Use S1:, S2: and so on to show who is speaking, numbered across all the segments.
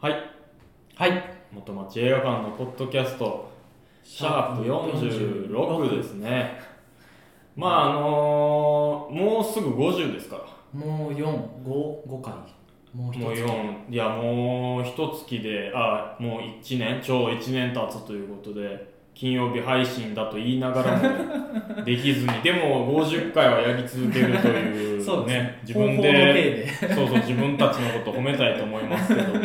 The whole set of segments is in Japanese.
S1: はい
S2: はい
S1: 元町映画館のポッドキャストシャープ46です ねまああのーもうすぐ50ですから
S2: もう455回もう一つ
S1: もう4いやもう一月であもう1年ちょう1年経つということで金曜日配信だと言いながら もできずにでも50回はやり続けるという
S2: そうです
S1: ね自分
S2: 方法の体
S1: で
S2: で
S1: そうそう自分たちのこと褒めたいと思いますけども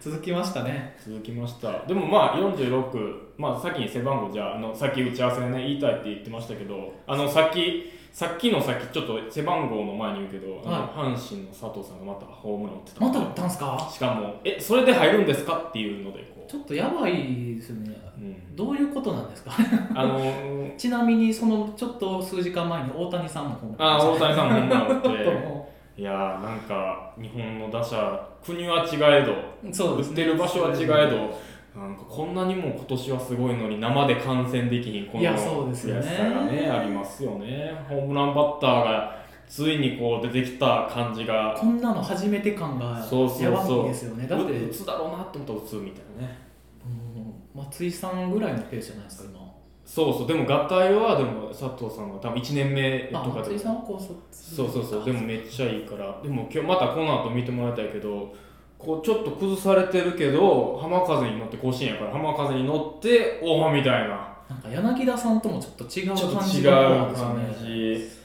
S2: 続きましたね
S1: 続きましたでもまあ46、まあ、先に背番号じゃああのさっき打ち合わせでね言いたいって言ってましたけどあのさっきさっきの先ちょっと背番号の前に言うけど、あの阪神の佐藤さんがまたホームラン打ってた
S2: また打ったんすか
S1: しかも「えそれで入るんですか?」っていうのでこ
S2: ちょっとやばいですよね
S1: う、うん、
S2: どういうことなんですか
S1: あのー
S2: ちなみにそのちょっと数時間前に大谷さんもホームラン
S1: あー大谷さんもホームラン打っ
S2: ちょっと
S1: て
S2: も
S1: いやーなんか日本の打者国は違えど
S2: うそうで
S1: 打
S2: す
S1: って
S2: ね
S1: る場所は違えどなんかこんなにも今年はすごいのに生で観戦できひんこの
S2: いやそうですよね
S1: 悔しさがねありますよねホームランバッターがついにこう出てきた感じが
S2: こんなの初めて感がやばい
S1: そうそうそう
S2: ですよねだって
S1: 打つだろうなと思ったら打つみたいなね
S2: うん松井さんぐらいのペースじゃないですか今
S1: そうそうでも合体はでも佐藤さんが多分1年目と
S2: あ
S1: か
S2: 松
S1: で
S2: 井さんは高卒
S1: そうそうそうでもめっちゃいいからでも今日またこの後見てもらいたいけどこうちょっと崩されてるけど浜風に乗って甲子園やから浜風に乗って大間みたいな
S2: なんか柳田さんともちょっと違う
S1: ちょっと
S2: 感
S1: 違
S2: じ
S1: う
S2: の方
S1: 感
S2: ですよね
S1: じ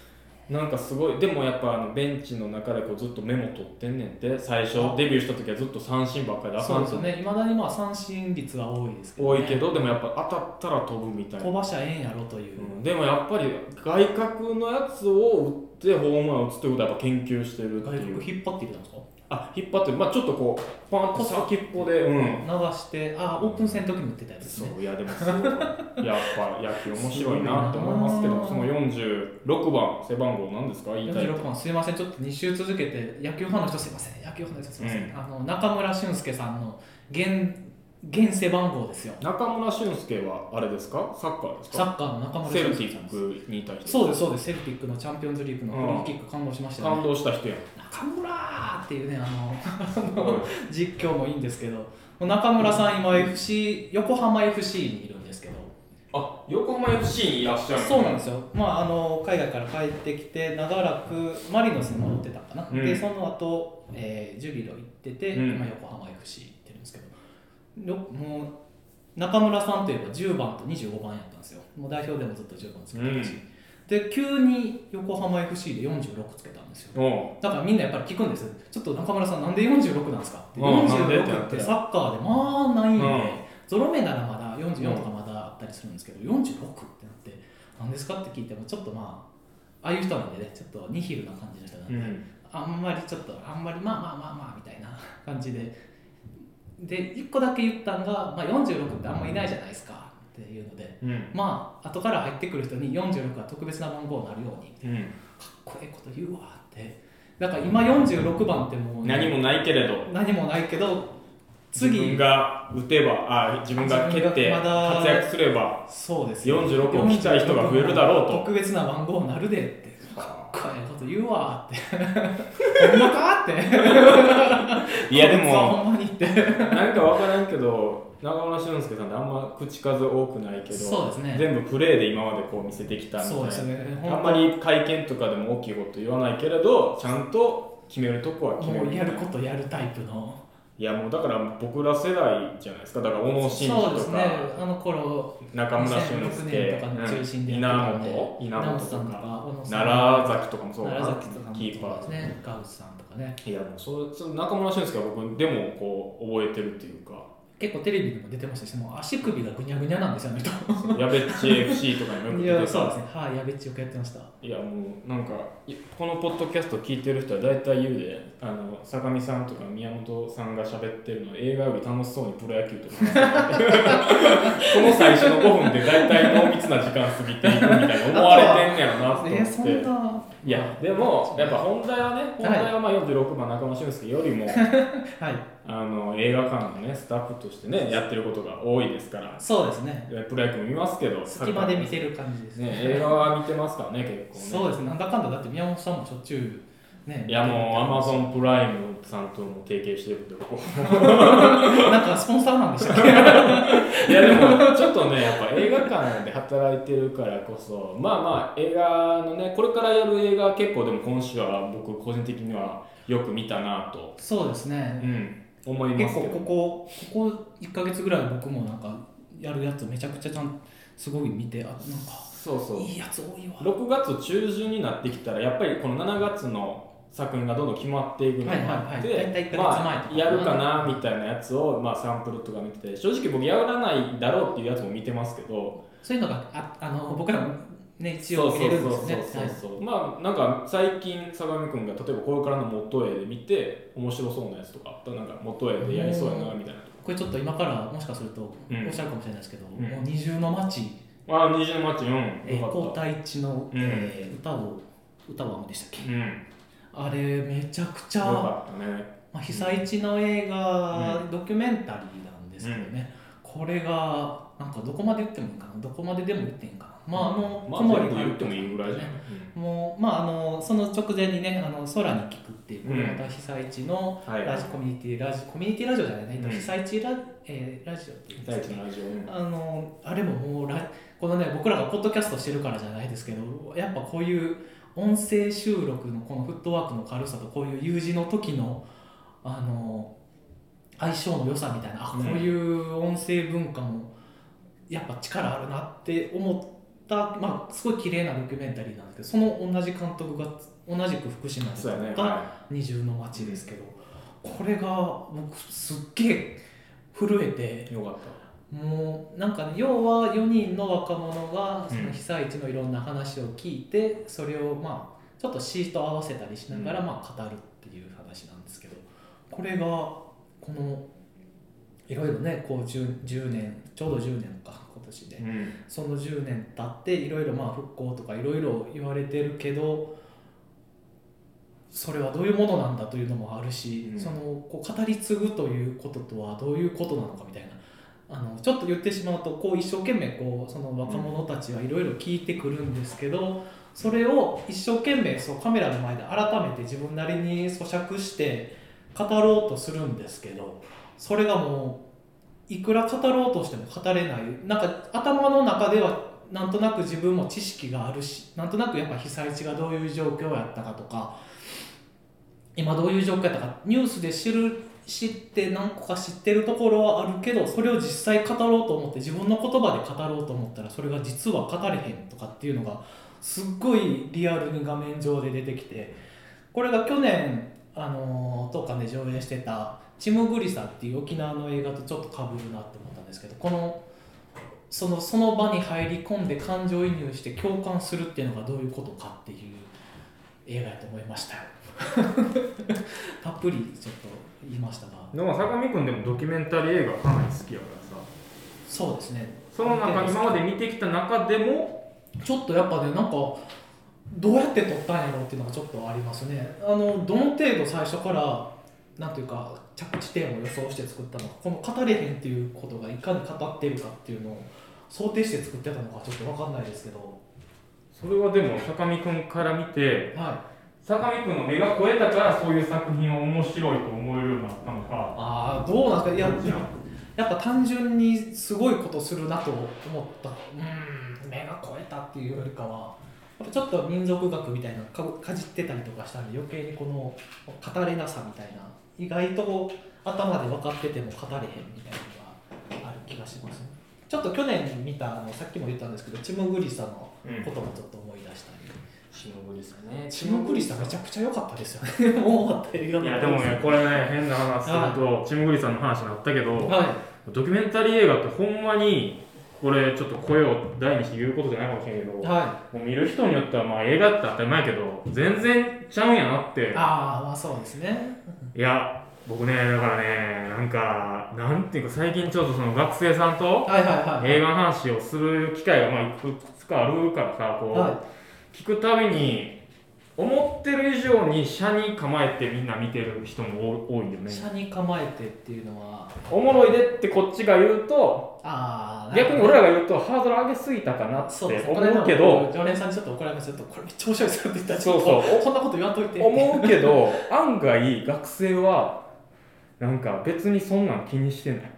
S1: なんかすごいでもやっぱあのベンチの中でこうずっとメモ取ってんねんって最初デビューした時はずっと三振ばっかりであ
S2: そ
S1: か
S2: うんですよねいまだにまあ三振率は多いですけど、
S1: 多
S2: ね、
S1: いけどでもやっぱ当たったら飛ぶみたいな
S2: 飛ばしゃええんやろという、
S1: うんでもやっぱり外角のやつを打ってホームランを打つということはやっぱ研究してるって
S2: 外
S1: いう
S2: 国引っ張ってきたんですか
S1: あ引っ張ってるまあちょっとこうパーンと先っぽでうん
S2: 流してあオープン戦の時に打ってたやつです
S1: そ
S2: ね
S1: ういやでもすごいやっぱ野球面白いなって思いますけ
S2: すごい
S1: ど
S2: な
S1: その46番背番号なんですか言いたい
S2: 46番すいませんちょっと2週続けて野球ファンの人すいません野球ファンの人すいません、
S1: う
S2: あの中村俊輔さんの現現世番号ですよ
S1: 中村俊輔はあれですかサッカーです
S2: サ
S1: か
S2: ッカーの中村
S1: セル
S2: 俊
S1: ティ
S2: 輔さん
S1: ッ
S2: です
S1: クにいた人
S2: そうですそうですセルティックのチャンピオンズリーグのフリーキック感動しましたよ
S1: 感
S2: ね、
S1: 動した人や ん
S2: 中村ーっていうねあの
S1: はい
S2: 実況もいいんですけど中村さん今 FC 横浜 FC にいるんですけど
S1: あ横浜 FC にいらっしゃる
S2: そうなんですすよ、まあ、あの海外から帰ってきて長らくマリノスに戻ってたかな、
S1: うん
S2: でその後、えージュビロ行ってて、
S1: うん
S2: 今横浜 FC 行ってるんですけどよもう中村さんといえば10番と25番やったんですよもう代表でもずっと10番つけてたし、
S1: うん
S2: で急に横浜 FC で46つけたんですよ
S1: お
S2: だからみんなやっぱり聞くんですちょっと中村さんなんで46なんですかって
S1: うんなんでってな
S2: 46
S1: っ
S2: っててサッカーでまあないんで、
S1: うん
S2: ゾロ目ならまだ44とかまだあったりするんですけど46ってなって何ですかって聞いてもちょっとまあああいう人なんでねちょっとニヒルな感じの人なん
S1: う
S2: で、
S1: ん
S2: あんまりちょっとあんまりまあまあまあまあみたいな 感じでで1個だけ言ったんが、まあ、46ってあんまいないじゃないですかっていうので
S1: うん
S2: まあ後から入ってくる人に46は特別な番号になるように
S1: うん
S2: かっこいいこと言うわってだから今46番ってもうね、
S1: 何もないけれど
S2: 何もないけど
S1: 自分
S2: 次
S1: が打てばあ自分が蹴っ
S2: 自
S1: て
S2: 分がまだ
S1: 活躍すれ ば
S2: そうです
S1: 46を来たい人が増えるだろうと
S2: 特別な番号になるでってかっこいいこと言うわっ てほんまかって
S1: いやで
S2: こいつは
S1: も
S2: ほんまにって
S1: なんか分からんけど中村俊輔さんってあんま口数多くないけど
S2: そうですね
S1: 全部プレーで今までこう見せてきたみたいな
S2: そうですね
S1: あんまり会見とかでも大きいこと言わないけれどちゃんと決めるとこは決める
S2: もうやることやるタイプの
S1: いやもうだから僕ら世代じゃないですかだから小野伸
S2: そう
S1: 二
S2: で
S1: と
S2: す
S1: か、
S2: ねあの頃
S1: 中村俊
S2: 2006
S1: 輔
S2: 年とかの中心で
S1: うん
S2: や
S1: 稲
S2: ってたんで
S1: 本稲
S2: 稲
S1: 本
S2: 本
S1: と
S2: さんとか
S1: か
S2: 小野さん
S1: 奈良崎とかもそう
S2: 奈良崎とか
S1: か
S2: も
S1: キーパ
S2: そう
S1: ー
S2: ですねガウスさんとかね
S1: いやもうそその中村俊輔は僕でもこう覚えてるっていうか
S2: 結構テレビにも出てましたしもう足首がぐにゃぐにゃなんですよね人
S1: やべっち FC とかにもよく
S2: い
S1: 出て
S2: や
S1: た
S2: そうですねはい、やべっちよくやってました
S1: いやもうなんかいこのポッドキャスト聞いてる人は大体言うであの坂見さんとか宮本さんが喋ってるの映画より楽しそうにプロ野球とか話しててこの最初の5分で大体濃密な時間過ぎていくみたいな思われてんねやろなと思
S2: えそ
S1: っ
S2: ん
S1: て。
S2: ない
S1: やでもやっぱ本題はね本題はまあ46番中間俊輔よりも
S2: はい
S1: あの映画館のねスタッフとしてねやってることが多いですから
S2: そうですね
S1: でプロ野球も見ますけど
S2: 隙間で見て
S1: る、
S2: る感じです
S1: ね、映画は見てますからね結構ね
S2: そうですねなんだかんだだって宮本さんもしょっちゅうね
S1: いやもうアマゾンプライムさんとも提携してるんでここ
S2: なんかスポンサーなんでしたっけ
S1: いやでもちょっとねやっぱ映画館で働いてるからこそまあまあ映画のねこれからやる映画結構でも今週は僕個人的にはよく見たなと、
S2: そうです
S1: う
S2: ね、
S1: ん、思いま
S2: 結
S1: すけ
S2: 構
S1: ど
S2: ここここ1か月ぐらい僕もなんかやるやつめちゃくちゃちゃんすごい見てあなんか
S1: そうそう
S2: いいやつ多いわ
S1: 6月中旬になってきたらやっぱりこの7月の作品がどんどん決まっていくのがあっ
S2: はいはいはい大体一
S1: て
S2: ヶ月前
S1: ま
S2: と
S1: あ
S2: か
S1: やるかなみたいなやつを、まあ、サンプルとか見てて正直僕やらないだろうっていうやつも見てますけど
S2: そういうのがああの僕らもね一
S1: そう
S2: 応
S1: そうそ
S2: 見
S1: う
S2: れるん
S1: そ
S2: で
S1: う
S2: すねはい
S1: そうそうまあなんか最近相模君が例えばこれからの元絵で見て面白そうなやつとかあったらなんか元絵でやりそうやなみたいなと
S2: これちょっと今からもしかすると
S1: うん
S2: おっしゃるかもしれないですけど、
S1: ん
S2: もう二重の町
S1: かああ虹の街うん
S2: えー
S1: よか
S2: 皇
S1: った
S2: 太一の、
S1: うん
S2: えー歌を歌は何でしたっけ、
S1: うんよ
S2: あれめちゃくちゃ、ま
S1: かったね
S2: あ、被災地の映画、
S1: う
S2: ドキュメンタリーなんですけどね、これがなんかどこまで言ってもいいかなどこまででも言っていいんかなまああの
S1: まあ
S2: 小森
S1: 全部
S2: が
S1: 言ってもいいぐらいじゃん、
S2: もうまああのその直前にね「あの空に聞く」っていう、
S1: うん
S2: また被災地の
S1: うん、はい
S2: ラジコミュニティラジコミュニティラジオじゃないね、
S1: うん
S2: 被災地ラ,、えーラジオっていうんで
S1: 大
S2: す
S1: 地
S2: かね
S1: のラジオうん
S2: あのあれももうラこのね僕らがポッドキャストしてるからじゃないですけどやっぱこういう音声収録のこのフットワークの軽さとこういう U 字の時のあの相性の良さみたいな、あ
S1: うん
S2: こういう音声文化もやっぱ力あるなって思った、まあ、すごい綺麗なドキュメンタリーなんですけどその同じ監督が同じく福島
S1: そうやね、
S2: が
S1: はい
S2: 二重の街ですけど、これが僕すっげえ震えて。
S1: よかった。
S2: もうなんかね要は4人の若者
S1: う
S2: が
S1: ん
S2: その被災地のいろんな話を聞いて、それをまあちょっと詩と合わせたりしながら
S1: う
S2: まあ語るっていう話なんですけどこれがこのいろいろねこう 10, 10年ちょうど10年か今年で
S1: うん。
S2: その10年経っていろいろまあ復興とかいろいろ言われてるけどそれはどういうものなんだというのもあるし、
S1: うん
S2: そのこう語り継ぐということとはどういうことなのかみたいなあのちょっと言ってしまうとこう一生懸命こうその若者たちはいろいろ聞いてくるんですけどそれを一生懸命そうカメラの前で改めて自分なりに咀嚼して語ろうとするんですけどそれがもういくら語ろうとしても語れないなんか頭の中ではなんとなく自分も知識があるしなんとなくやっぱ被災地がどういう状況やったかとか今どういう状況やったかニュースで知る知って何個か知ってるところはあるけどそれを実際語ろうと思って自分の言葉で語ろうと思ったらそれが実は語れへんとかっていうのがすっごいリアルに画面上で出てきてこれが去年あのとかで上映してた「チムグリサ」っていう沖縄の映画とちょっとかぶるなって思ったんですけどこのそのその場に入り込んで感情移入して共感するっていうのがどういうことかっていう映画やと思いましたよ たっぷりちょっと言いましたが
S1: でも、坂見くんでもドキュメンタリー映画かなり好きやからさ。
S2: そうですね
S1: その中、今まで見てきた中でも、
S2: ちょっとやっぱねなんかどうやって撮ったんやろうっていうのがちょっとありますねあのどの程度最初からなんていうか着地点を予想して作ったのかこの語れへんっていうことがいかに語ってるかっていうのを想定して作ってたのかちょっと分かんないですけど
S1: それはでも、坂見くんから見て、
S2: はい
S1: 坂見くんの目が超えたから、そういう作品は面白いと思えるようになったのか。
S2: ああどうなんですかいや
S1: どっちなの
S2: やっぱ単純にすごいことするなと思ったうん目が超えたっていうよりかはやっぱちょっと民族学みたいなのかぶかじってたりとかしたんで余計にこの語れなさみたいな意外と頭で分かってても語れへんみたいなのがある気がしますねちょっと去年見たあのさっきも言ったんですけどチムグリサのこともちょっと思い出したり、
S1: しのぶりさね
S2: チムグリサめちゃくちゃ良かったですよね もう終わった映画
S1: いや、でもね、これね、変な話すると、チムグリさんの話になったけど、
S2: はい
S1: ドキュメンタリー映画ってほんまに、これちょっと声を大にして言うことじゃないかもしれんけど、も
S2: は
S1: う見る人によっては、まあ映画って当たり前やけど、全然ちゃうんやなっ
S2: い
S1: て。
S2: ああまあそうですね
S1: いや僕ねだからねなんかなんていうか最近ちょっとその学生さんと
S2: はいはいはい
S1: 映画の話をする機会がまあいくつかあるからさこう、
S2: は
S1: 聞くたびに思ってる以上に社に構えてみんな見てる人も多い多いよね
S2: 車に構えてっていうのは
S1: おもろいでってこっちが言うと
S2: ああ
S1: 逆に俺らが言うとハードル上げすぎたかなって
S2: そう
S1: 思
S2: です
S1: うけど
S2: 常連さんにちょっと怒られますよちょっとこれめっちゃ面白いですよって言ったらち
S1: そ
S2: ょ
S1: う
S2: っと
S1: そう
S2: こんなこと言わんといて
S1: 思うけど案外学生はなんか別にそんなん気にしてない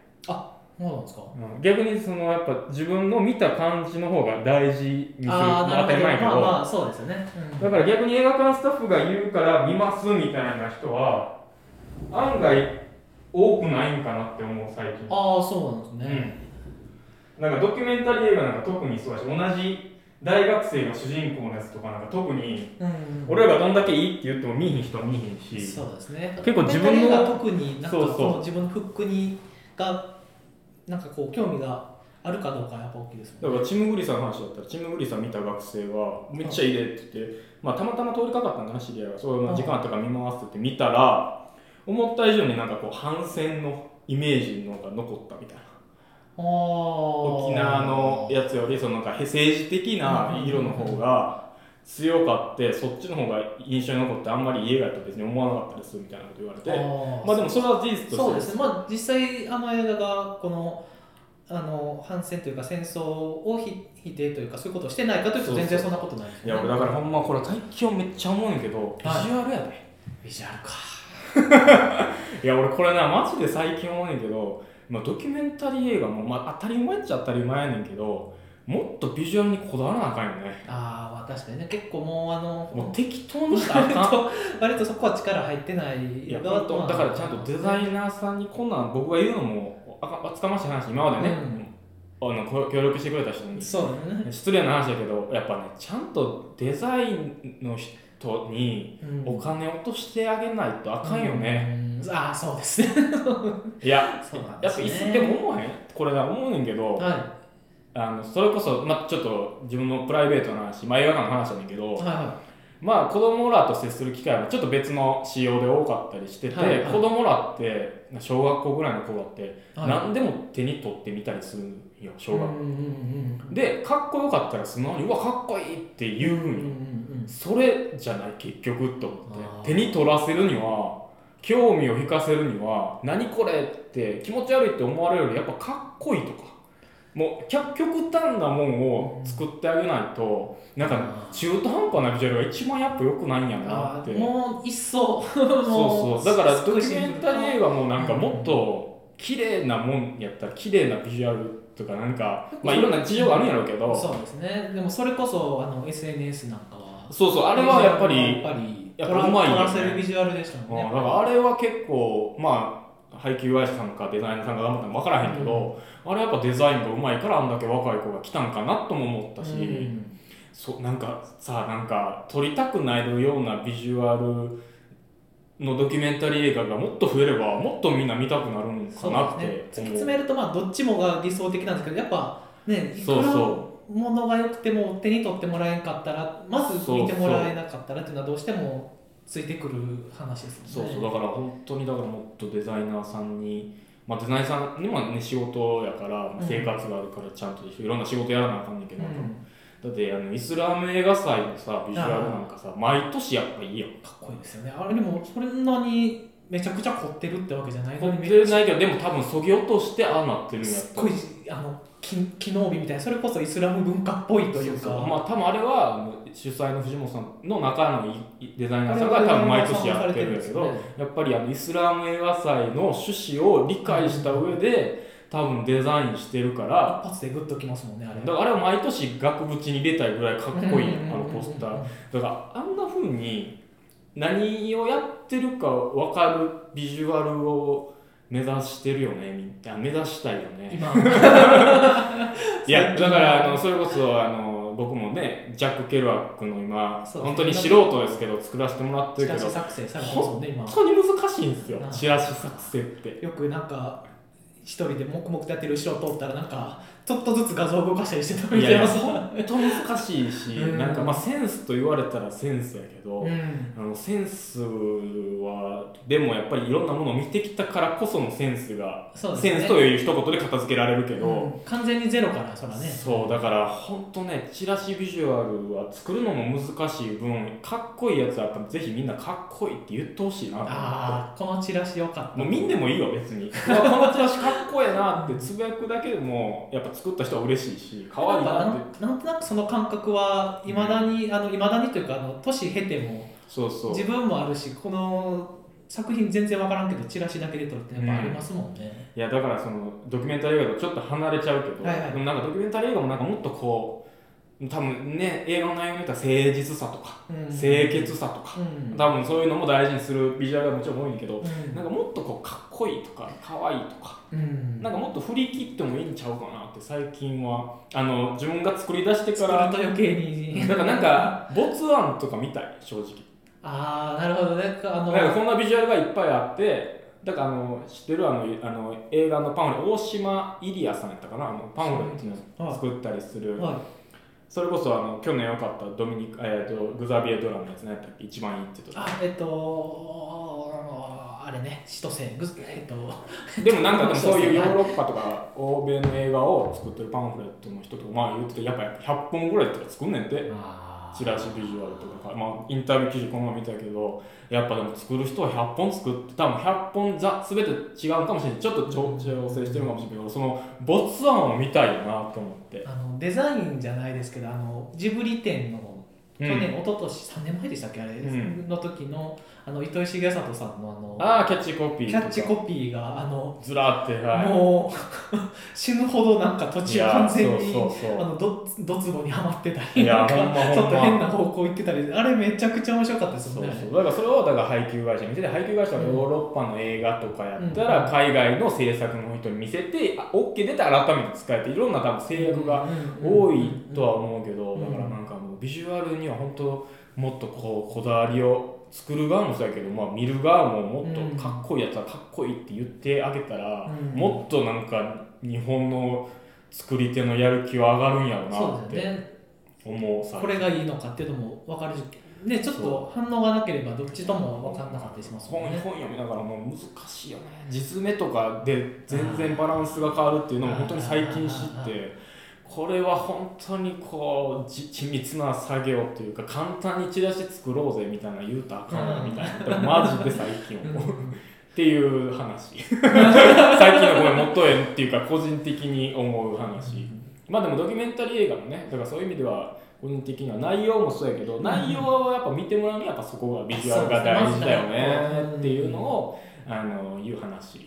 S2: そうなんですか
S1: うん逆にそのやっぱ自分の見た感じの方が大事にする
S2: あ
S1: ま
S2: あ
S1: あ当た
S2: なるほ
S1: り
S2: ど
S1: 前やけ
S2: まあ
S1: ど、
S2: まあそうですよね、うん
S1: だから逆に映画館スタッフが言うから見ますみたいな人は案外多くないんかなって思う最近
S2: ああそうなんですね、
S1: うん、なんかドキュメンタリー映画なんか特にそうだし同じ大学生が主人公のやつとかなんか特に
S2: うんうん
S1: 俺らがどんだけいいって言っても見ひん人は見ひんし
S2: そうですね
S1: 結構自分の
S2: ドキュメンタリーが特になんか
S1: そうそう
S2: この自分のフックにがなんかこう興味があるかどうかやっぱ大きいですも
S1: だ
S2: んね
S1: からチム・グリさんの話だったらチム・グリさん見た学生はめっちゃいいでって言って、まあ、たまたま通りかかったんだな知り合いがそういうまあ時間あったから見回すって言って見たら思った以上になんかこう反戦のイメージのが残ったみたいな
S2: あー
S1: 沖縄のやつよりそのなんか政治的な色の方が強かってそっちの方が印象に残ってあんまり家がやと別に思わなかったですみたいなこと言われ
S2: あ
S1: て
S2: ー
S1: まあでもそれは事実として
S2: そうですね、まあ、実際あの映画がこのあの反戦というか戦争をひ否定というかそういうことをしてないかというと全然そんなことないです
S1: い
S2: よ
S1: や
S2: ね
S1: 俺だからほんまこれ最近めっちゃ思うんやけどビジ
S2: はい
S1: ュアルやで、い、
S2: ビジュアルか
S1: や俺これなマジで最近思うんやけど、まあ、ドキュメンタリー映画もまあ当たり前っちゃ当たり前やねんけどもっとビジュアルにこだわらなあかんよね
S2: ああまあ確かにね結構もうあの
S1: もう適当にしたらあかん
S2: 割とそこは力入ってない
S1: いや
S2: 側
S1: 本当だからちゃんとデザイナーさんにこんなん僕が言うのもあか厚かましい話今までね、あのこ協力してくれた人に
S2: そうだね、
S1: 失礼な話だけどやっぱねちゃんとデザインの人に
S2: うん
S1: お金落としてあげないとあかんよね、、
S2: うんああそうですね
S1: いや
S2: そうなんで
S1: やっぱ
S2: すね
S1: 椅子でも思わへんこれな思うねんけど
S2: はい
S1: あのそれこそ、まあ、ちょっと自分のプライベートの話、まあ、映画館の話なんだけど、
S2: はいは
S1: まあ子供らと接する機会もちょっと別の仕様で多かったりしてて、
S2: はいはい
S1: 子供らって小学校ぐらいの子だって
S2: いはい
S1: 何でも手に取ってみたりするんよ小学
S2: うんうんうん
S1: でかっこよかったら素直に「うわかっこいい!」って言
S2: うんう
S1: うんよ、
S2: ん
S1: それじゃない結局と思
S2: あ
S1: っ
S2: ー
S1: て手に取らせるには興味を引かせるには「何これ!」って気持ち悪いって思われるよりやっぱかっこいいとかもう極極端なもんを作ってあげないと、なんか中途半端なビジュアルが一番やっぱ良くないんや
S2: うん
S1: な
S2: あ
S1: って
S2: ーもう一層
S1: そうそうだからドキュメンタリー映
S2: 映
S1: 画もなんかもっと綺麗なもんやったら綺麗なビジュアルとかなんかまあいろんな事情があるんやろうけどそう
S2: そうですねでもそれこそあの SNS なんかは
S1: そうあれはやっぱり、
S2: やっぱり
S1: やっぱうまいよね
S2: 撮らせるビジュアルでしたもん
S1: う
S2: ね
S1: ん、だからあれは結構まあ配給会社さんかデザイナーさんが頑張ったのか分からへんけど、あれやっぱデザインがうまいからあんだけ若い子が来たんかなとも思ったし、
S2: うん
S1: そうなんかさなんか撮りたくないようなビジュアルのドキュメンタリー映画がもっと増えればもっとみんな見たくなるんか
S2: そう
S1: なっ
S2: で
S1: て
S2: す
S1: 思う
S2: ね突き詰めるとまあどっちもが理想的なんですけどやっぱねいく
S1: そう
S2: ら
S1: そ
S2: ものが良くても手に取ってもらえんかったらまず見てもらえなかったらっていうのはどうしてもついてくる話で
S1: う
S2: す
S1: そ
S2: も
S1: うん
S2: ね
S1: そうだから本当にだからもっとデザイナーさんに、まあ、デザイナーさんにもね仕事やから
S2: ん
S1: 生活があるからちゃんといろんな仕事やらなあかんねんけど、
S2: うん
S1: だってあのイスラム映画祭のさビジュアルなんかさ毎年やっぱいいやん
S2: かっこいいですよねあれでもそれなにめちゃくちゃ凝ってるってわけじゃない
S1: こ
S2: の
S1: っ
S2: に
S1: てないけどでも多分そぎ落としてああなってるんや
S2: す
S1: と
S2: っごいあのき機能美みたいなそれこそイスラム文化っぽいというか
S1: そそまあ多分あれはあの主催の藤本さんの中のいいデザイナーさんが多分毎年やってるんやけど、やっぱりあのイスラム映画祭の趣旨を理解した上で多分デザインしてるから
S2: 一発でグッときますもんねあれ
S1: だからあれは毎年額縁に入れたいぐらいかっこいいやんあのポスター
S2: ー
S1: だからあんな風に何をやってるか分かるビジュアルを目指してるよねみんな 目指したいよね
S2: 今
S1: いやだからあのそれこそあの僕もねジャック・ケルアックの今
S2: そう
S1: 本当に素人ですけど作らせてもらって
S2: チ
S1: るけ
S2: ラ
S1: ど
S2: シ作成されてますもんね今
S1: 本当に難しいんですよ
S2: なあ
S1: チラシ作成って
S2: よくなんか一人で黙々とやってる後ろを通ったらなんかちょっとずつ画像を動かしたりしてたみた
S1: いや
S2: い
S1: い
S2: な
S1: や
S2: そう
S1: 本当難しいし、
S2: うん
S1: なんかまあセンスと言われたらセンスやけど、
S2: うん
S1: あのセンスはでもやっぱりいろんなものを見てきたからこそのセンスが、
S2: そうですね
S1: センスという一言で片付けられるけど、
S2: うん完全にゼロからそらね
S1: そうだから本当ねチラシビジュアルは作るのも難しい分かっこいいやつはやっぱぜひみんなかっこいいって言ってほしいなと思って。
S2: ああこのチラシ良かった
S1: もう見んでもいいわ別にうわこのチラシかっこええなってつぶやくだけでもやっぱ作った人は嬉しいし可愛いなって
S2: なんかなんなんとなくその感覚はいまだに、あのいまだにというかあの年経ても
S1: そうそう
S2: 自分もあるしこの作品全然分からんけどチラシだけで撮るってやっぱありますもんね、
S1: いやだからそのドキュメンタリー映画とちょっと離れちゃうけど、
S2: はいはい
S1: でもなんかドキュメンタリー映画もなんかもっとこう多分ね映画の内容によっては誠実さとか、
S2: うん
S1: 清潔さとか、
S2: うん
S1: 多分そういうのも大事にするビジュアルがもちろん多いんやけど、
S2: うん
S1: なんかもっとこうかっこいいとか可愛いとか、
S2: うん
S1: なんかもっと振り切ってもいいんちゃうかなって最近はあの自分が作り出してか
S2: 作
S1: ら
S2: ると余計に
S1: だからなんかボツワンとか見たい正直
S2: ああなるほどねあの
S1: なんかこんなビジュアルがいっぱいあってだからあの知ってるあのあの映画のパンフレ大島イリアさんやったかなあのパンフレっていうのを作ったりする
S2: は
S1: それこそあの去年良かったドミニク、えー、とグザビエドラムのやつね一番いいって
S2: い
S1: 言っ
S2: あえっとあれね千歳ぐえっと
S1: とでもなんかでもそういうヨーロッパとか欧米の映画を作ってるパンフレットの人とかまあ言っててやっぱ100本ぐらいとか作んねんてチラシビジュアルとかまあ、インタビュー記事このまま見たけどやっぱでも作る人は100本作って多分100本ざ全て違うかもしれないちょっと調調整してるかもしれないけどそのボツ案を見たいよなと思って
S2: あのデザインじゃないですけどあのジブリ展の去年、一昨年3年前でしたっけあれ、
S1: うん
S2: の時のあの糸井重里さんのあの
S1: ああキャッチコピー
S2: キ
S1: と
S2: ャ
S1: か
S2: ッチコピーがあの、
S1: ずらってはい
S2: もう 死ぬほどなんか途
S1: い
S2: 中
S1: や
S2: 完全に
S1: そうそう
S2: あ
S1: そう
S2: のどどつぼにはまってた
S1: い
S2: り
S1: や
S2: なんか
S1: ほんまほんま
S2: ちょっと変な方向行ってたりあれめちゃくちゃ面白かったです
S1: そ
S2: よ
S1: う
S2: ね。
S1: そうだからそれをだから配給会社に見てて配給会社はヨーロッパの映画とかやった
S2: う
S1: ら
S2: ん
S1: 海外の制作の人に見せてあ OK 出て改めて使えていろんな多分制約が多いとは思うけど、
S2: うん
S1: だからなんかもうビジュアルには本当もっとこうこだわりを作る側もそうやけど、まあ、見る側ももっとかっこいいやつはかっこいいって言ってあげたら、
S2: うん
S1: もっとなんか日本の作り手のやる気は上がるんやろうな
S2: そ
S1: っ
S2: うです
S1: て
S2: よね
S1: 思うさ
S2: これがいいのかっていうのも分かるしでちょっと反応がなければどっちとも分かんなかったりしますも
S1: 本
S2: んね。
S1: 本読みながらもう難しいよね実目とかで全然バランスが変わるっていうのも本当に最近知
S2: あーあ
S1: っ
S2: ー
S1: てこれは本当にこうじ緻密な作業というか簡単にチラシ作ろうぜみたいな言うたらあかんわみたいな、マジで最近思う。っていう話 最近のごめんもっとええっていうか個人的に思う話まあでもドキュメンタリー映画もねだからそういう意味では個人的には内容もそうやけど
S2: うん
S1: 内容はやっぱ見てもらうにはやっぱそこがビジュアルが大事だよねっていうのをあの言う話い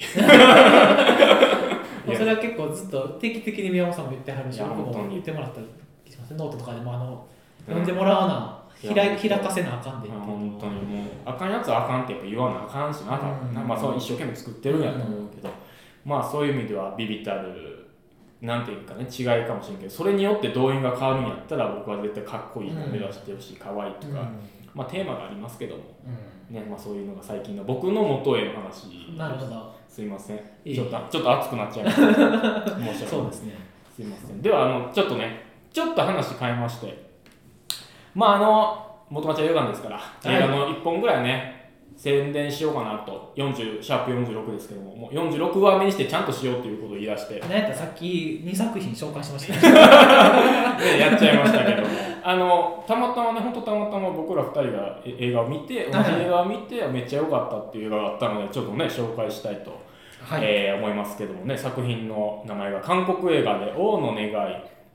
S2: もうそれは結構ずっと定期的に宮本さんも言ってはるし
S1: いや
S2: 僕も
S1: 本当に
S2: 言ってもらったりしますねノートとかでもあの
S1: うん
S2: 読んでもらわな、
S1: い
S2: 開
S1: や
S2: 開かせなあかんで
S1: や本当にもうあかんやつはあかんってやっぱ言わなあかんしな多分な
S2: うん
S1: まあそう一生懸命作ってるんやと思うけどまあそういう意味ではビビたるなんていうかね違いかもしれんけどそれによって動員が変わるんやったら僕は絶対かっこいいの目指してほしい可愛いと
S2: うん
S1: かまあテーマがありますけども
S2: う
S1: ねまあそういうのが最近の僕の元への話
S2: んなるほど
S1: すいません
S2: いい
S1: ちょっとちょっと熱くなっちゃいました申し訳ない
S2: そうですね
S1: すいませんではあのちょっとねちょっと話変えましてまああの元町はヨガですから
S2: い
S1: 映画の1本ぐらいね宣伝しようかなと40シャープ46ですけどももう46話目にしてちゃんとしようということを言い出 して
S2: 何やったらさっき2作品紹介しました ね
S1: ねやっちゃいましたけどあのたまたまね本当たまたま僕ら2人がえ映画を見て同じ映画を見てめっちゃ良かったっていう映画があったのでちょっとね紹介したいと、
S2: はい、
S1: えー思いますけどもね作品の名前が韓国映画で「王の願い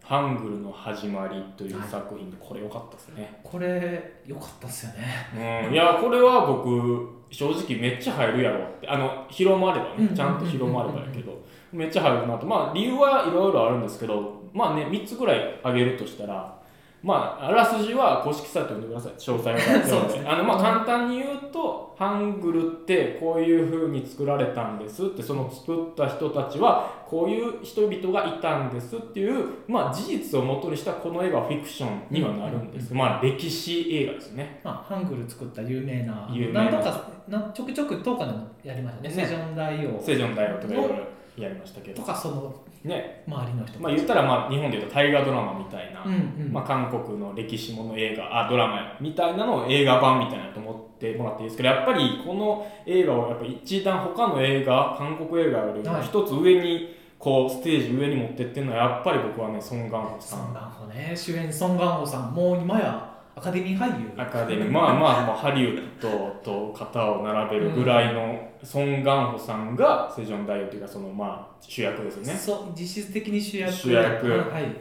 S1: ハングルの始まり」という作品でこれ良かったですね、
S2: これ良かったっすよね
S1: うん、いやこれは僕正直めっちゃ入るやろってあの広まればねちゃんと広まればやけどめっちゃ入るなとまあ理由はいろいろあるんですけどまあね3つぐらい挙げるとしたらまああらすじは公式サイトを見てください詳細が書い てある
S2: そう
S1: の
S2: で
S1: です
S2: ね
S1: あのまあ簡単に言うとハングルってこういう風に作られたんですってその作った人たちはこういう人々がいたんですっていうまあ事実をもとにしたこの映画はフィクションにはなるんですまあ歴史映画ですね
S2: まあ、ハングル作った有名な
S1: 有名な
S2: 何度かなちょくちょく当館でもやりましたね
S1: ね
S2: セジョン大王
S1: セジョン大王とかいろいろやりましたけ
S2: と
S1: ど
S2: かその
S1: ね
S2: 周りの人
S1: まあ言ったらまあ日本でいうと大河ドラマみたいな、
S2: うんうん
S1: まあ、韓国の歴史もの映画あドラマやみたいなのを映画版みたいなと思ってもらっていいですけどやっぱりこの映画をやっぱ一段他の映画韓国映画よりも
S2: はい
S1: 一つ上にこうステージ上に持ってってるのはやっぱり僕はねソン・ガンホさ
S2: ソン・
S1: ん
S2: ガンホね主演ソン・ガンホさんもう今やアカデミー俳優
S1: アカデミーまあまあもうハリウッドと肩を並べるぐらいのソン・ガンホさんがセジョン大王というかそのまあ主役ですよね
S2: そう実質的に主役
S1: 主役
S2: はい、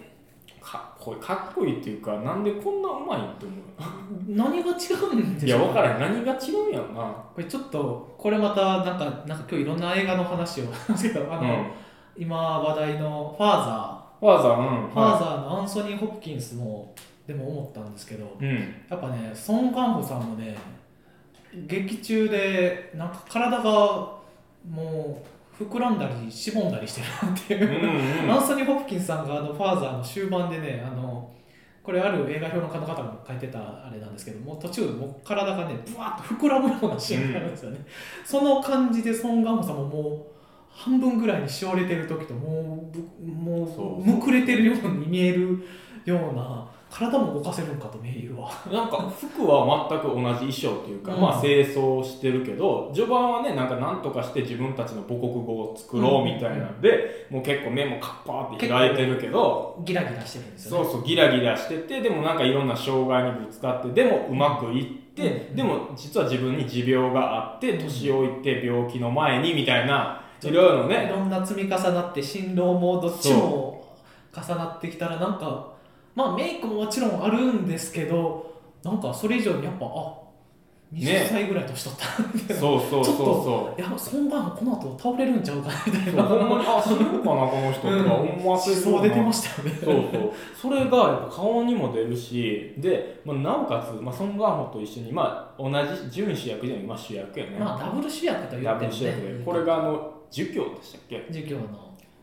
S1: かっこいいかっこいいっていうかなんでこんなうまいって思う
S2: 何が違うんで
S1: い
S2: し
S1: や
S2: ょう
S1: 分からん何が違うんやろな
S2: これちょっとこれまたなんかなんか今日いろんな映画の話をですけどあ
S1: う
S2: の、
S1: ん
S2: 今話題の「ファーザ
S1: ファーザーうん
S2: ー」ファーザーのアンソニー・ホプキンスもでも思ったんですけど
S1: うん
S2: やっぱねソン・ガンホさんもね劇中でなんか体がもう膨らんだりしぼんだりしてるなっていうう、
S1: ん
S2: アンソニー・ホプキンスさんがあのファーザーの終盤でねあのこれある映画評論家の方も書いてたあれなんですけどもう途中もう体がねぶわっと膨らむようなシーンがあるんですよね、その感じでソン・ガンホさんももう半分ぐらいにしおれてる時ともうぶも
S1: そうう
S2: むくれてるように見えるような体も動かせるんかと目言うわ
S1: うん、なんか服は全く同じ衣装というか、
S2: うん
S1: まあ清掃してるけど序盤はねなんか何とかして自分たちの母国語を作ろうみたいなんで、もう結構目もカッパーって開いてるけど
S2: ギラギラしてるんですよ
S1: そう
S2: ね
S1: そうギラギラしててでもなんかいろんな障害にぶつかってでもうまくいって、
S2: うん
S1: でも実は自分に持病があって年老いて病気の前にみたいな
S2: ちょ
S1: い
S2: っと
S1: ろいろ
S2: い
S1: ね
S2: ろんな積み重なって新郎もどっちも重なってきたらなんかまあメイクももちろんあるんですけどなんかそれ以上にやっぱあ
S1: ね
S2: 20歳ぐらい年取ったなみたいな、
S1: そうそうそう
S2: ちょっ
S1: そう
S2: いやそんなんこの後倒れるんちゃうかなみたい
S1: そう
S2: な
S1: ほんまにあ死ぬのかなこの人とか思わせるような
S2: そう出てましたよね
S1: そうそうそれがやっぱ顔にも出るしで、まあ、なおかつ、まあ、ソン・ガンホと一緒に、まあ、同じ準主役じゃない、まあ、主役やね、
S2: まあダブル主役と言
S1: ダ
S2: っ
S1: ブ
S2: て
S1: ル
S2: も
S1: 主役で
S2: ね
S1: これがあの儒教でしたっけ
S2: 儒教の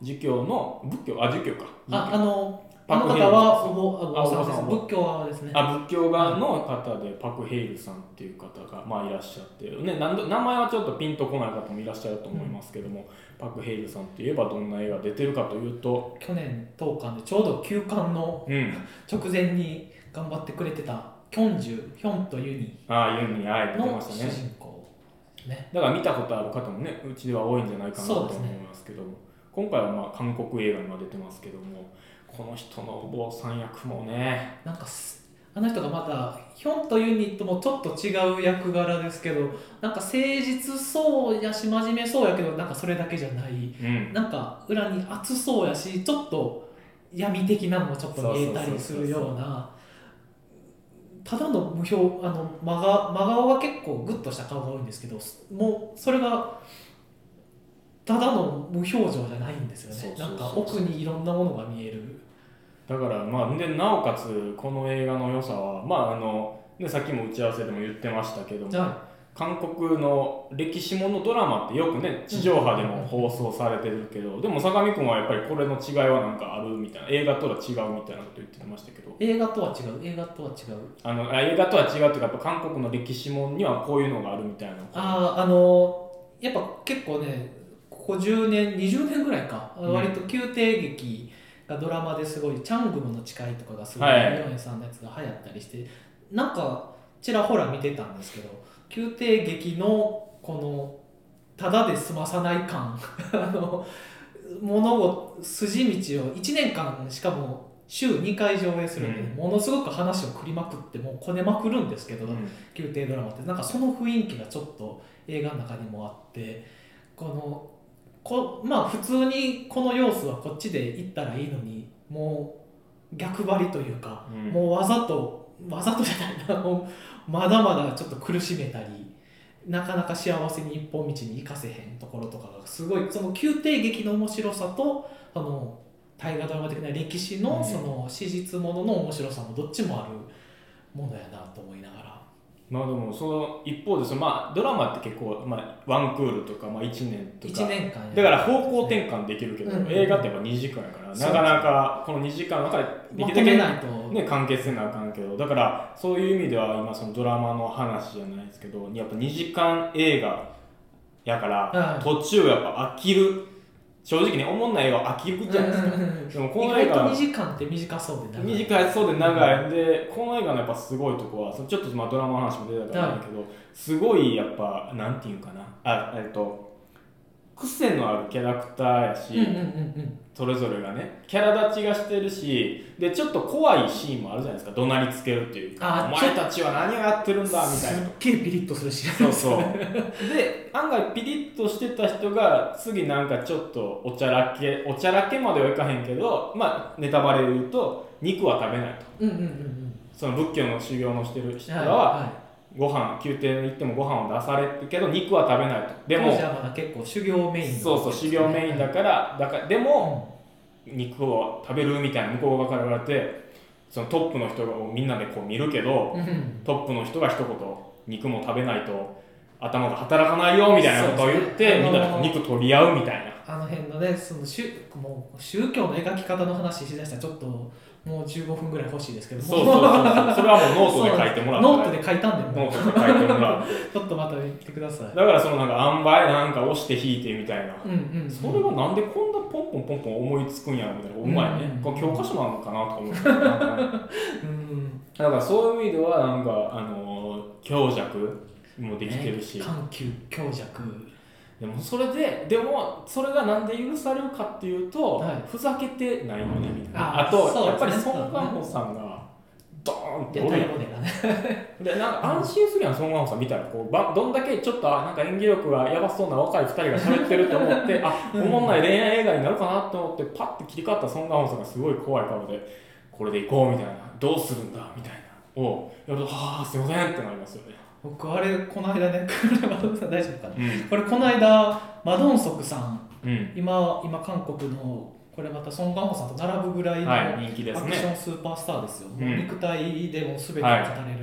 S1: 儒教の仏教あ儒教か
S2: あ
S1: 儒
S2: あ
S1: 教
S2: のあ
S1: パ
S2: の
S1: クヘイ
S2: 方
S1: ル
S2: はお坊あ
S1: あ
S2: お坊
S1: お
S2: さんです
S1: 坊さん
S2: 仏教側ですね
S1: あ仏教側の方でパク・ヘイルさんっていう方が、まあ、いらっしゃって、ね、なんど名前はちょっとピンとこない方もいらっしゃると思いますけども、パク・ヘイルさんっていえばどんな映画出てるかというと、
S2: 去年当館でちょうど休館の
S1: うん、
S2: 直前に頑張ってくれてたキョンジュヒョンとユニ
S1: ああいうのに会えてま
S2: の
S1: し
S2: 主
S1: たね
S2: 人公ね
S1: だから見たことある方もねうちでは多いんじゃないかなと
S2: そう
S1: 思
S2: です
S1: い
S2: ね
S1: ますけども、今回はまあ韓国映画には出てますけどもこの人のお坊さん役もね
S2: なんかすあの人がまたヒョンとユニともちょっと違う役柄ですけどなんか誠実そうやし真面目そうやけどなんかそれだけじゃない
S1: うん
S2: なんか裏に熱そうやしちょっと闇的なのもちょっと見えたりするようなただの無表あの真が真顔は結構グッとした顔が多いんですけどもうそれがただの無表情じゃないんですよね
S1: そうそ
S2: なん
S1: うそう
S2: か奥にいろんなものが見える
S1: だからまあでなおかつこの映画の良さはまああの、ね、さっきも打ち合わせでも言ってましたけども
S2: じゃ
S1: 韓国の歴史ものドラマってよくね地上波でも放送されてるけど、でも相模君はやっぱりこれの違いはなんかあるみたいな映画とは違うみたいなこと言ってましたけど
S2: 映画とは違う映画とは違う
S1: あのあ映画とは違うというかやっぱ韓国の歴史もんにはこういうのがあるみたいな
S2: あああのやっぱ結構ねここ10年20年ぐらいか、
S1: うん
S2: 割と宮廷劇がドラマですごい「チャングムの誓い」とかがすごい
S1: はい
S2: ヨンエさんのやつが流行ったりしてなんかちらほら見てたんですけど宮廷劇のこのただで済まさない感 あの物を筋道を1年間しかも週2回上映するんで、
S1: うん
S2: ものすごく話を繰りまくってもうこねまくるんですけど、
S1: うん
S2: 宮廷ドラマってなんかその雰囲気がちょっと映画の中にもあってこのこまあ普通にこの要素はこっちで行ったらいいのにもう逆張りというか、
S1: うん
S2: もうわざとわざとじゃないなもうまだまだちょっと苦しめたりなかなか幸せに一本道に行かせへんところとかがすごいその宮廷劇の面白さとその大河ドラマ的な歴史
S1: う
S2: の
S1: ん
S2: その史実ものの面白さもどっちもあるものやなと思いながら。
S1: まあでもその一方でその、まあ、ドラマって結構、まあ、ワンクールとか、まあ、1年とか
S2: 1年間やる
S1: だから方向転換できるけど、
S2: うん
S1: 映画ってやっぱ2時間やから
S2: そう
S1: なかなかこの2時間の中でで
S2: ま
S1: きる
S2: と
S1: だ
S2: め
S1: け、
S2: ないと、
S1: ね、完結せなあかんけどだからそういう意味では今そのドラマの話じゃないですけどやっぱ2時間映画やから、
S2: うん
S1: 途中やっぱ飽きる正直ね、おもんない映画は飽きるじゃないですか。でもこ
S2: 意
S1: の映
S2: 外と
S1: 画
S2: 2、時間って短そうで長い
S1: 短いそうで長い。で、この映画のやっぱすごいとこは、そのちょっとまあドラマの話も出たからなんだけど、すごいやっぱ、なんていうんかな、あ、えっと、癖のあるキャラクターやし、
S2: うんうんうん
S1: それぞれがねキャラ立ちがしてるしでちょっと怖いシーンもあるじゃないですか怒鳴りつけるっていうか
S2: あ
S1: お前たちは何をやってる
S2: うんん
S1: だみた
S2: す
S1: い
S2: っ
S1: な
S2: げえピリッとするし
S1: そうそうで案外ピリッとしてた人が次なんかちょっとおちゃらけおちゃらけまではいかへんけどまあネタバレ言うと肉は食べないと
S2: うんうんうんうん
S1: その仏教の修行のしてる人ら
S2: はい
S1: は
S2: はい
S1: ご飯宮廷に行ってもご飯を出されるけど肉は食べないとで
S2: 当
S1: も
S2: 時はまだ結構修行メインの
S1: そうそう修行メインだからだからでも肉を食べるみたいな向こう側から言われてそのトップの人がみんなでこう見るけど
S2: うん
S1: トップの人が一言肉も食べないと頭が働かないよみたいなことを言って、
S2: そうそう
S1: みんなでこう肉取り合うみたいな
S2: あの辺のねその宗もう宗教の描き方の話しだしたらちょっともう15分ぐらい欲しいですけども
S1: そうそうそうそうそれはもうノートで書いてもらって
S2: ノートで書いたんでも
S1: ノートで書いてもらって
S2: うちょっとまた言ってください
S1: だからそのなんか塩梅なんか押して引いてみたいな、
S2: うんうん
S1: それがなんでこんなポンポンポンポン思いつくんやろみたいなうまいね、
S2: うん
S1: これ教科書なのかなとか思うんですけどなん かね
S2: うん
S1: だからそういう意味ではなんかあのー強弱もできてるし、
S2: ね緩急強弱
S1: でもそれででもそれがなんで許されるかっていうと、
S2: はい
S1: ふざけてないよねみたい
S2: あ
S1: なあ
S2: ー
S1: と、
S2: そう
S1: やっぱり
S2: です
S1: 孫
S2: ね
S1: 悟飯さんがドーンって
S2: や
S1: お
S2: った
S1: る
S2: り
S1: や
S2: もねだね
S1: んでなんか安心するやん孫悟飯さん見たらこうばどんだけちょっとあなんか演技力がやばそうな若い2人が喋ってると思って あおもんない恋愛映画になるかなと思ってパッて切り替わった孫悟飯さんがすごい怖い顔でこれで行こうみたいなどうするんだみたいなをやるとはあすいませんってなりますよね。
S2: 僕あれこの間ねこれマドンソクさん大丈夫か
S1: う
S2: な
S1: ん
S2: これこの間マドンソクさん
S1: うん、
S2: 今今韓国のこれまたソン・ガンホさんと並ぶぐらいの、
S1: はい、人気で
S2: ア
S1: す
S2: クシ
S1: ね。
S2: ョンスーパースターですよ、
S1: うん
S2: もう肉体でも全てを語
S1: は
S2: れ
S1: い
S2: る、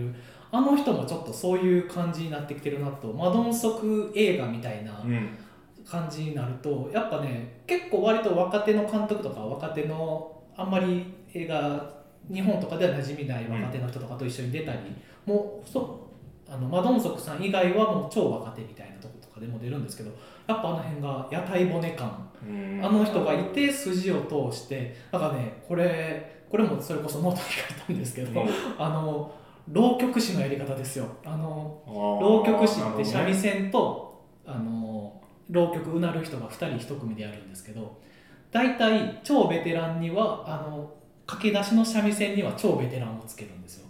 S2: あの人もちょっとそういう感じになってきてるなとマドンソク映画みたいな
S1: うん、
S2: 感じになるとやっぱね結構割と若手の監督とか若手のあんまり映画日本とかでは馴染みない若手の人とかと一緒に出たり、もうそうあのマドンソクさん以外はもう超若手みたいなとことかでも出るんですけどやっぱあの辺が屋台骨感
S1: うん
S2: あの人がいて筋を通してなんかねこれこれもそれこそノートに書いたんですけど、
S1: うん
S2: あの浪曲師のやり方ですよあの
S1: あー
S2: 浪曲師って
S1: な
S2: 三
S1: る
S2: 味線と、あの浪曲うなる人が2人1組でやるんですけど大体超ベテランにはあの駆け出しの三味線には超ベテランをつけるんですよ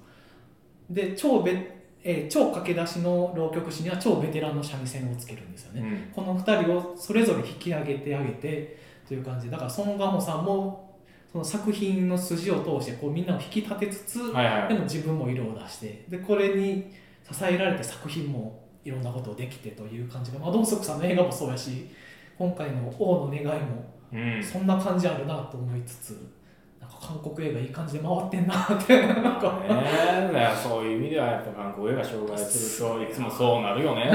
S2: で超ベ、えー超駆け出しの浪曲師には超ベテランの三味線をつけるんですよね
S1: ほどね
S2: この2人をそれぞれ引き上げてあげてという感じだからソン・ガモさんもその作品の筋を通してこうみんなを引き立てつつ、
S1: うん、はいは
S2: で
S1: い
S2: も自分も色を出してでこれに支えられて作品もいろんなことをできてという感じがマドンソクさんの映画もそうやし今回の「王の願い」も
S1: うん
S2: そんな感じあるなと思いつつなんか韓国映画いい感じで回ってんなってなんか
S1: まあねだからそういう意味ではやっぱ韓国映画紹介するといつもそうなるよ ね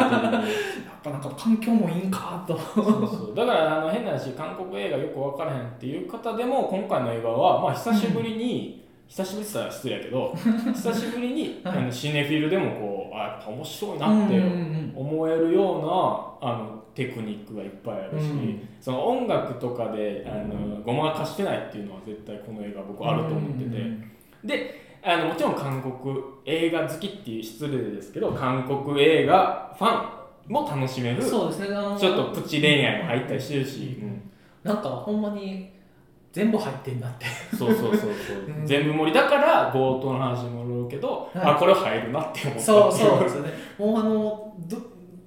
S2: やっぱなんか環境もいいんかと
S1: そうそうだからあの変な話韓国映画よく分からへんっていう方でも今回の映画はまあ久しぶりに、久しぶりって言ったら失礼やけ ど久しぶりに、
S2: はい
S1: あのシネフィルでもこうあやっぱ面白い
S2: うん
S1: なっ
S2: うんう
S1: て
S2: ん
S1: 思えるようなあのテクニックがいっぱいあるし、
S2: うん
S1: その音楽とかであのごまかしてないっていうのは絶対この映画僕あると思ってて、
S2: うんうんうん
S1: あのもちろん韓国映画好きっていう失礼ですけど韓国映画ファンも楽しめるちょ
S2: そうですねあの
S1: っとプチ恋愛も入ったりしてるし、
S2: うんなんかほんまに全部入ってんなって
S1: そうそうそうそう、
S2: うん
S1: 全部盛りだから冒頭の話もろうけど、
S2: はい
S1: あこれ入るなって思った
S2: そうそうですよねもうあのど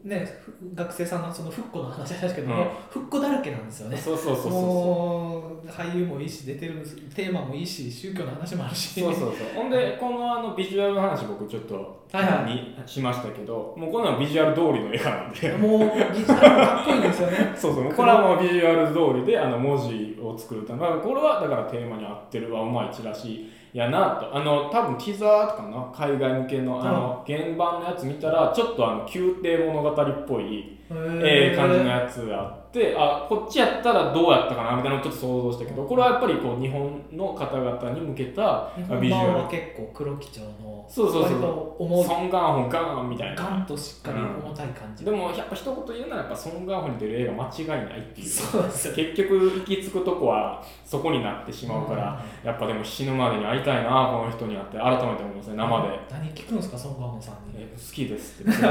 S2: ねふ学生さんのその復古の話でしたけども、
S1: うん
S2: 復古だらけなんですよね
S1: そうそうそうそうそう
S2: もう俳優もいいし出てるテーマもいいし宗教の話もあるし
S1: そうそうそうほんでこのあのビジュアルの話僕ちょっと
S2: はいは
S1: にしましたけどもうこんなのビジュアル通りの映画なんで
S2: いもう技術かっこいいです よね
S1: そうそうこれはもうビジュアル通りであの文字を作るためこれはだからテーマに合ってるわうまいチラシやなとあの多分ティザーとかな海外向けのあの原版のやつ見たらちょっとあの宮廷物語っぽい、
S2: えー
S1: えー感じのやつがあっってあこっちやったらどうやったかなみたいなのをちょっと想像したけどこれはやっぱりこう日本の方々に向けた
S2: 日
S1: まあ
S2: 本
S1: ビジ
S2: 版
S1: ュ
S2: は
S1: アル
S2: 結構黒基調の
S1: そうそうそう
S2: 割と重い
S1: ソン・ガンホンガンみたい
S2: ガン
S1: な
S2: としっかり重たい感じ
S1: でもやっぱ一言言うならやっぱソン・ガンホンに出る映画間違いないっていう
S2: そうですよ
S1: 結局行き着くとこはそこになってしまうから、やっぱでも死ぬまでに会いたいなこの人に会って改めて思いますね生で、
S2: 何聞くんですかソン・ガンホさんに
S1: え好きですって好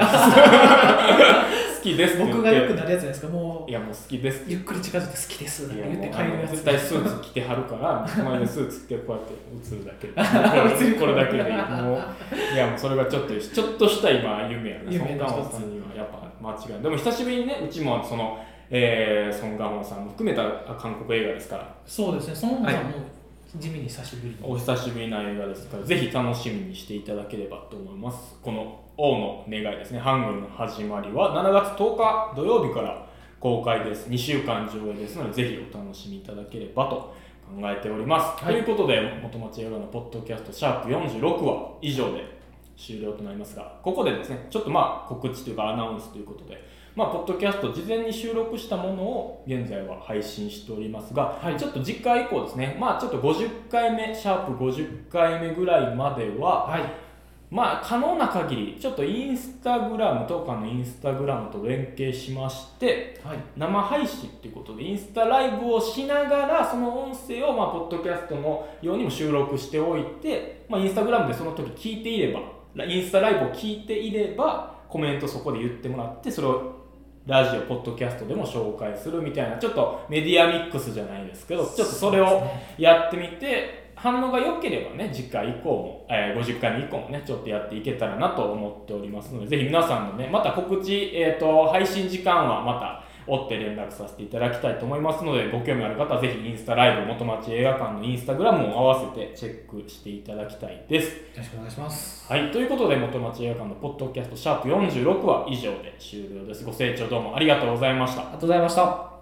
S1: きですって言って
S2: 僕がよくなるやつじゃないですかもう
S1: いやもう好きですって
S2: ゆっくり近づいて好きですって
S1: いや
S2: 言っ
S1: も
S2: て
S1: う
S2: 帰
S1: あ
S2: る
S1: の
S2: やつ
S1: 絶対スーツ着てはるから人前でスーツ着てこうやって映るだけ
S2: 映る
S1: これだけでいいもういやもうそれがちょっとちょっとした今夢やねソ
S2: 夢
S1: ン・
S2: の
S1: ガ
S2: 一つ
S1: ンホさんにはやっぱ間違いないでも久しぶりにねうちもその、えーソン・ガンホさんも含めた韓国映画ですから
S2: そうですねソン・ガン
S1: は
S2: ホ
S1: い
S2: も地味に久しぶりに
S1: お久しぶりな映画ですからぜひ楽しみにしていただければと思いますこの「王の願い」ですねハングルの始まりは7月10日土曜日から公開です2週間上映ですのでぜひお楽しみいただければと考えております、
S2: はい
S1: ということで元町映画のポッドキャストシャープ46話以上で終了となりますがここでですねちょっとまあ告知というかアナウンスということでまあ、ポッドキャスト事前に収録したものを現在は配信しておりますが、
S2: はい
S1: ちょっと次回以降ですね、まあ、ちょっと50回目、シャープ50回目ぐらいまでは、
S2: はい
S1: まあ、可能な限り、ちょっとインスタグラムとかのインスタグラムと連携しまして、
S2: はい
S1: 生配信ということで、インスタライブをしながら、その音声を、まあ、ポッドキャストのようにも収録しておいて、まあ、インスタグラムでその時聞いていれば、ラインスタライブを聞いていれば、コメントそこで言ってもらって、それをラジオ、ポッドキャストでも紹介するみたいな、ちょっとメディアミックスじゃないですけど、ちょっとそれをやってみて、反応が良ければね、次回以降も、えー50回目以降もね、ちょっとやっていけたらなと思っておりますので、ぜひ皆さんのね、また告知、えっ、と、配信時間はまた、追って連絡させていただきたいと思いますので、ご興味ある方はぜひインスタライブ、元町映画館のインスタグラムも合わせてチェックしていただきたいです。
S2: よろしくお願いします
S1: はい、ということで、元町映画館のポッドキャスト、シャープ46は以上で終了です。ご清聴どうもありがとうございました。
S2: ありがとうございました